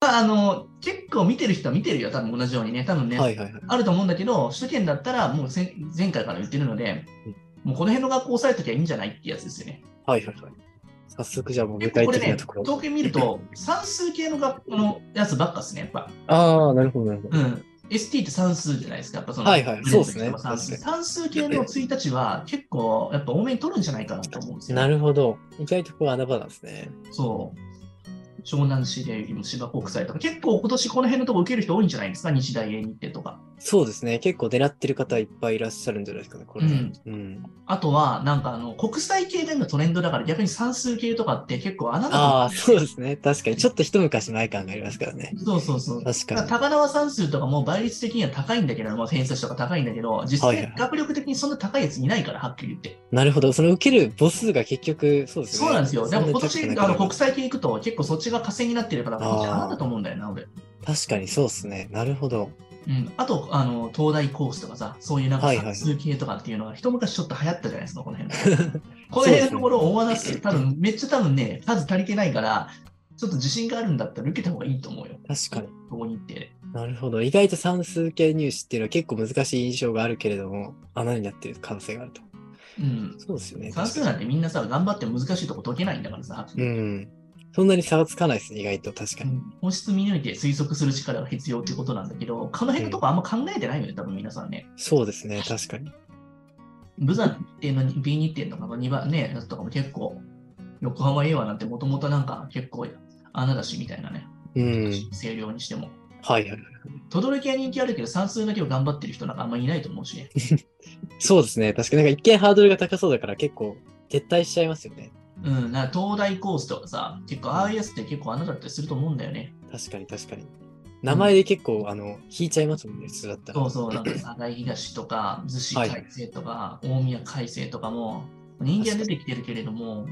あの、チェックを見てる人は見てるよ、多分同じようにね、多分ね、はいはいはい。あると思うんだけど、首都圏だったら、もう前前回から言ってるので、もうこの辺の学校押さえときゃいいんじゃないってやつですよね。はいはいはい。早速じゃあもう具結構体これ的ねなとこ、ろ。統計見ると、算数系の学校のやつばっかですね、やっぱ。ああ、なるほどなるほど。うん。ST って算数じゃないですか、やっぱその。はいはいそうですね算数確算数系の1日は結構、やっぱ多めに取るんじゃないかなと思うんですよ。なるほど。意外とこう穴場なんですね。そう。湘南市で芝国際とか、結構今年この辺のとこ受ける人多いんじゃないですか、日大英日程とか。そうですね。結構狙ってる方いっぱいいらっしゃるんじゃないですかね、これ。うんうん。あとは、なんかあの、国際系でのトレンドだから逆に算数系とかって結構穴だと思うああ、そうですね。確かに。ちょっと一昔前感がありますからね。そうそうそう。だ確からかに。高輪算数とかも倍率的には高いんだけど、まあ、偏差値とか高いんだけど、実はい際はい学力的にそんな高いやついないから、はっきり言って。なるほど。その受ける母数が結局、そうですね。そうなんですよ。でそもな今高くな年、くあなのる国際系行くと、結構そっちが稼ぎになってるから、あーこっち花だと思うんだよな、俺。確かにそうですね。なるほど。うん。あと、あの、東大コースとかさ、そういうなんかはいは算い数系とかっていうのが、一昔ちょっと流行ったじゃないですか、この 辺。この辺のところを大穴す多分、めっちゃ多分ね、数足りてないから、ちょっと自信があるんだったら受けた方がいいと思うよ。確かに。ここに行って。なるほど。意外と算数系入試っていうのは結構難しい印象があるけれども、穴になってる可能性があると。うん。そうですよね。算数なんてみんなさ、頑張って難しいとこ解けないんだからさ。確かにうん。そんなに差はつかないですね、意外と。確かに。本質見抜いて推測する力が必要ってことなんだけど、この辺のとこあんま考えてないよね、多分皆さんね。そうですね、確かに。武山っていうのに B 日程とかの2番ね、やつとかも結構、横浜 A はなんてもともとなんか結構穴だしみたいなね、うん。清涼にしても。はいはいはい。とどろきは人気あるけど、算数だけを頑張ってる人なんかあんまりいないと思うしね。そうですね、確かになんか一見ハードルが高そうだから結構撤退しちゃいますよね。うん、なんか東大コースとかさ、結構ああいうやつって結構穴だったりすると思うんだよね。確かに確かに。名前で結構、あの、引いちゃいますもんね、普通だったら。そうそう、なんか佐賀東とか、逗子はい海星とか、大宮海星とかも、人間出てきてるけれども、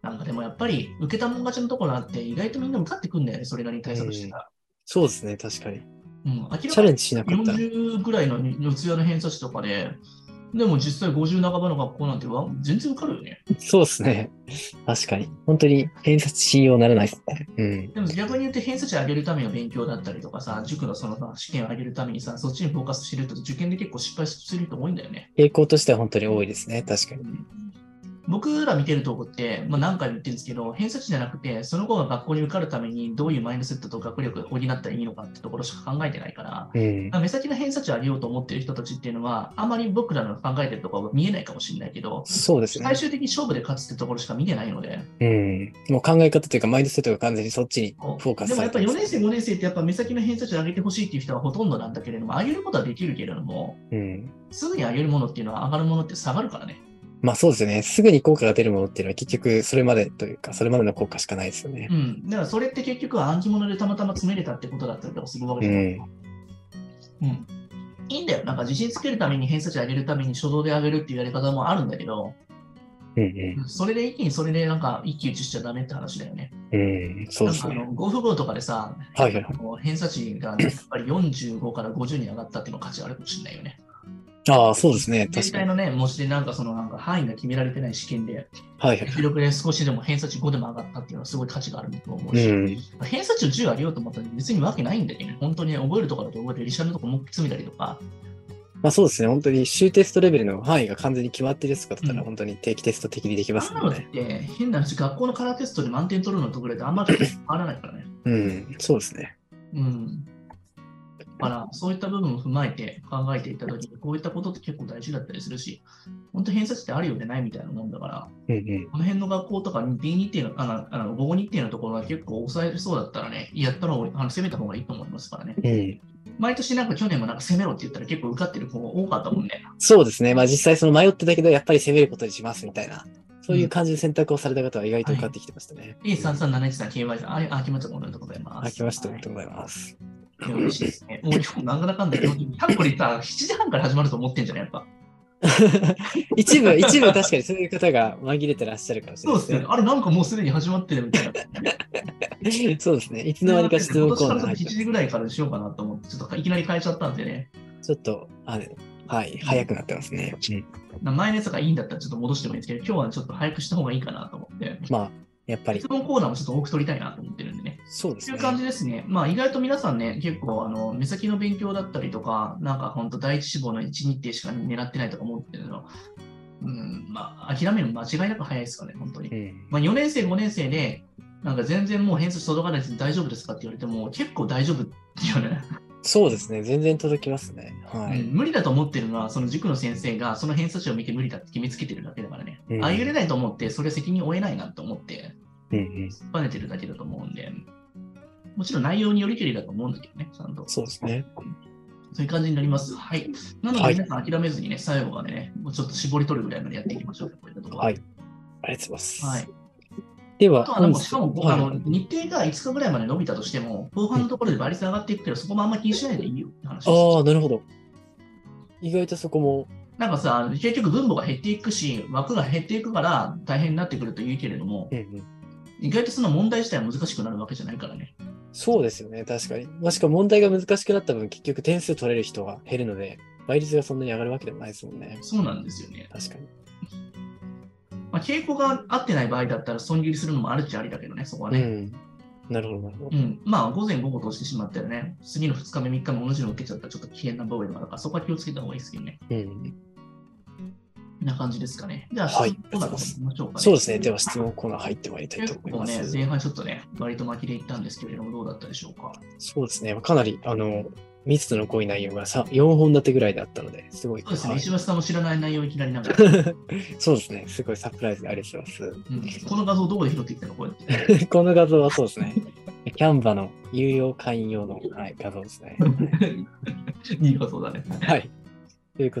なんかでもやっぱり、受けたもん勝ちのところあって、意外とみんな向かってくんだよね、それなりに対策してたら。そうですね、確かに。うん、明らチャかレにンジしなかったら。 40ぐらいの四谷の偏差値とかで、でも実際50半ばの学校なんてわ全然受かるよね。そうですね。確かに。本当に偏差値信用ならないですね。うん。でも逆に言って偏差値上げるための勉強だったりとかさ、塾のそのさ試験を上げるためにさ、そっちにフォーカスしてると受験で結構失敗する人多いんだよね。傾向としては本当に多いですね、確かに。僕ら見てるとこって、まあ、何回も言ってるんですけど、偏差値じゃなくて、その子が学校に受かるためにどういうマインドセットと学力を補ったらいいのかってところしか考えてないから、うんま。あ目先の偏差値を上げようと思ってる人たちっていうのは、あまり僕らの考えてるところが見えないかもしれないけど、そうですね最。終的に勝負で勝つってところしか見てないので、うん。もう考え方というか、マインドセットが完全にそっちにフォーカでもスやされっぱりてま4す年生、5年生ってやっぱ目先の偏差値を上げてほしいっていう人はほとんどなんだけれども、上げることはできるけれども、うん。すぐに上げるものっていうのは上がるものって下がるからね。まあそうですよね。すぐに効果が出るものっていうのは結局それまでというか、それまでの効果しかないですよね。うん。だからそれって結局は暗記物でたまたま詰めれたってことだったりとかするわけじうゃない。ん。うん。いいんだよ。なんか自信つけるために偏差値上げるために初動で上げるっていうやり方もあるんだけど、うんそれで一気にそれでなんか一騎打ちしちゃダメって話だよね。うん。うん。そうなでんかすあね。の、5不合とかでさ、はいはいはい。もう偏差値がやっぱり45から50に上がったっていうのは価値あるかもしれないよね。ああ、そうですね。確全か体に。のね、模試でなんかそのなんか範囲が決められてない試験で、はいはい。記録で少しでも偏差値5でも上がったっていうのはすごい価値があると思ううし、ん。偏差値を10上げようと思ったら別にわけないんだよね。本当に覚えるところだと覚えて、リシャルのとこも詰めたりとか、まあそうですね。本当に州テストレベルの範囲が完全に決まってるやつとかだったうら、ん本当に定期テスト的にできまあすんなのもんっね。て変な話、学校のカラーテストで満点取るのところであんまり変わらないからね。うん。そうですね。うん。だから、そういった部分を踏まえて考えていったときに、こういったことって結構大事だったりするし、本当偏差値ってあるようでないみたいなもんだから、うんうん。この辺の学校とかに B 日程の、あの、あの午後日程のところは結構抑えそうだったらね、やったらあの攻めた方がいいと思いますからね。うん、毎年なんか去年もなんか攻めろって言ったら結構受かってる子が多かったもんね。そうですね。まあ実際その迷ってたけど、やっぱり攻めることにしますみたいな、そういう感じの選択をされた方は意外と受かってきてましたね。 A33713KY さん、あれ、あ、きました、おめでとうございます。あきました。おめ はいでとうございます。 いや嬉しいですね。もう今日なんだかんだ4時、多分これさ、7時半から始まると思ってんじゃないやっぱ。一部、一部確かにそういう方が紛れてらっしゃるかもしそうれないですね。あれ、なんかもうすでに始まってるみたいな。いですね。そうですね。いつの間にか質問コーナー入7って時ぐらいからしようかなと思って、ちょっといきなり変えちゃったんでね。ます、ちょっと、あれ、はい、早くなってますね。うん前のやつがいいんだったらちょっと戻してもいいんですけど、今日はちょっと早くした方がいいかなと思って。まあ、やっぱり質。問コーナーもちょっと多く取りたいなと思ってるんでね。そうでとすいねう。感じですね。まあ、意外と皆さんね、結構、あの、目先の勉強だったりとか、なんか本当第一志望の一日程しか狙ってないとか思ってるの、うん、まあ、諦めるの間違いなく早いですかね、本当にう。ん。まあ、4年生、5年生で、なんか全然もう偏差値届かないです大丈夫ですかって言われても、結構大丈夫っていうね、そうですね。全然届きますね。はうい。ん無理だと思ってるのは、その塾の先生がその偏差値を見て無理だって決めつけてるだけだからね。うんああゆれないと思って、それ責任負えないなと思って、うんうん。突っぱねてるだけだと思うんで、もちろん内容によりけりだと思うんだけどね、ちゃんと。そうですね。そういう感じになります。はい。なのはで、い皆さん諦めずにね、最後までね、もうちょっと絞り取るぐらいまでやっていきましょう。こういったところはい。ありがとうございます。はい。であは、とはなんか、本日しかも、はいあの日程が5日ぐらいまで伸びたとしても、後半のところで倍率上がっていくけど、そこもあんま気にしないでいいよって話ですああ、なるほど。意外とそこも、なんかさ、結局分母が減っていくし、枠が減っていくから大変になってくると言うけれどもう、んうん、意外とその問題自体は難しくなるわけじゃないからね。そうですよね、確かに。まあ、しかも問題が難しくなった分、結局点数取れる人が減るので、倍率がそんなに上がるわけでもないですもんね。そうなんですよね。確かに。まあ、傾向が合ってない場合だったら損切りするのもあるっちゃありだけどね、そこはうね。ん。なるほど、なるほうど。んまあ、午前午後としてしまったらね、次の2日目、3日も同じの受けちゃったらちょっと危険な場合だから、そこは気をつけた方がいいですけどね。うん。こんな感じですかね。じゃあ、はい質問コーナーとか行きましょうかね。そうですね、では質問コーナー入ってまいりたいと結思いま構ね、す。前半ちょっとね、割と巻きでいったんですけれども、どうだったでしょうか。そうですね、かなり、あの、密度の濃い内容がさ4本立てぐらいだったので、すごい。そうですね、はい石橋さんも知らない内容いきなりなんか、そうですね、すごいサプライズでありがとうございます。うんこの画像どこで拾ってきたのこうや って。 この画像はそうですね。キャンバの有用会員用の、はい、画像ですね。いい画像だね。はい。ということで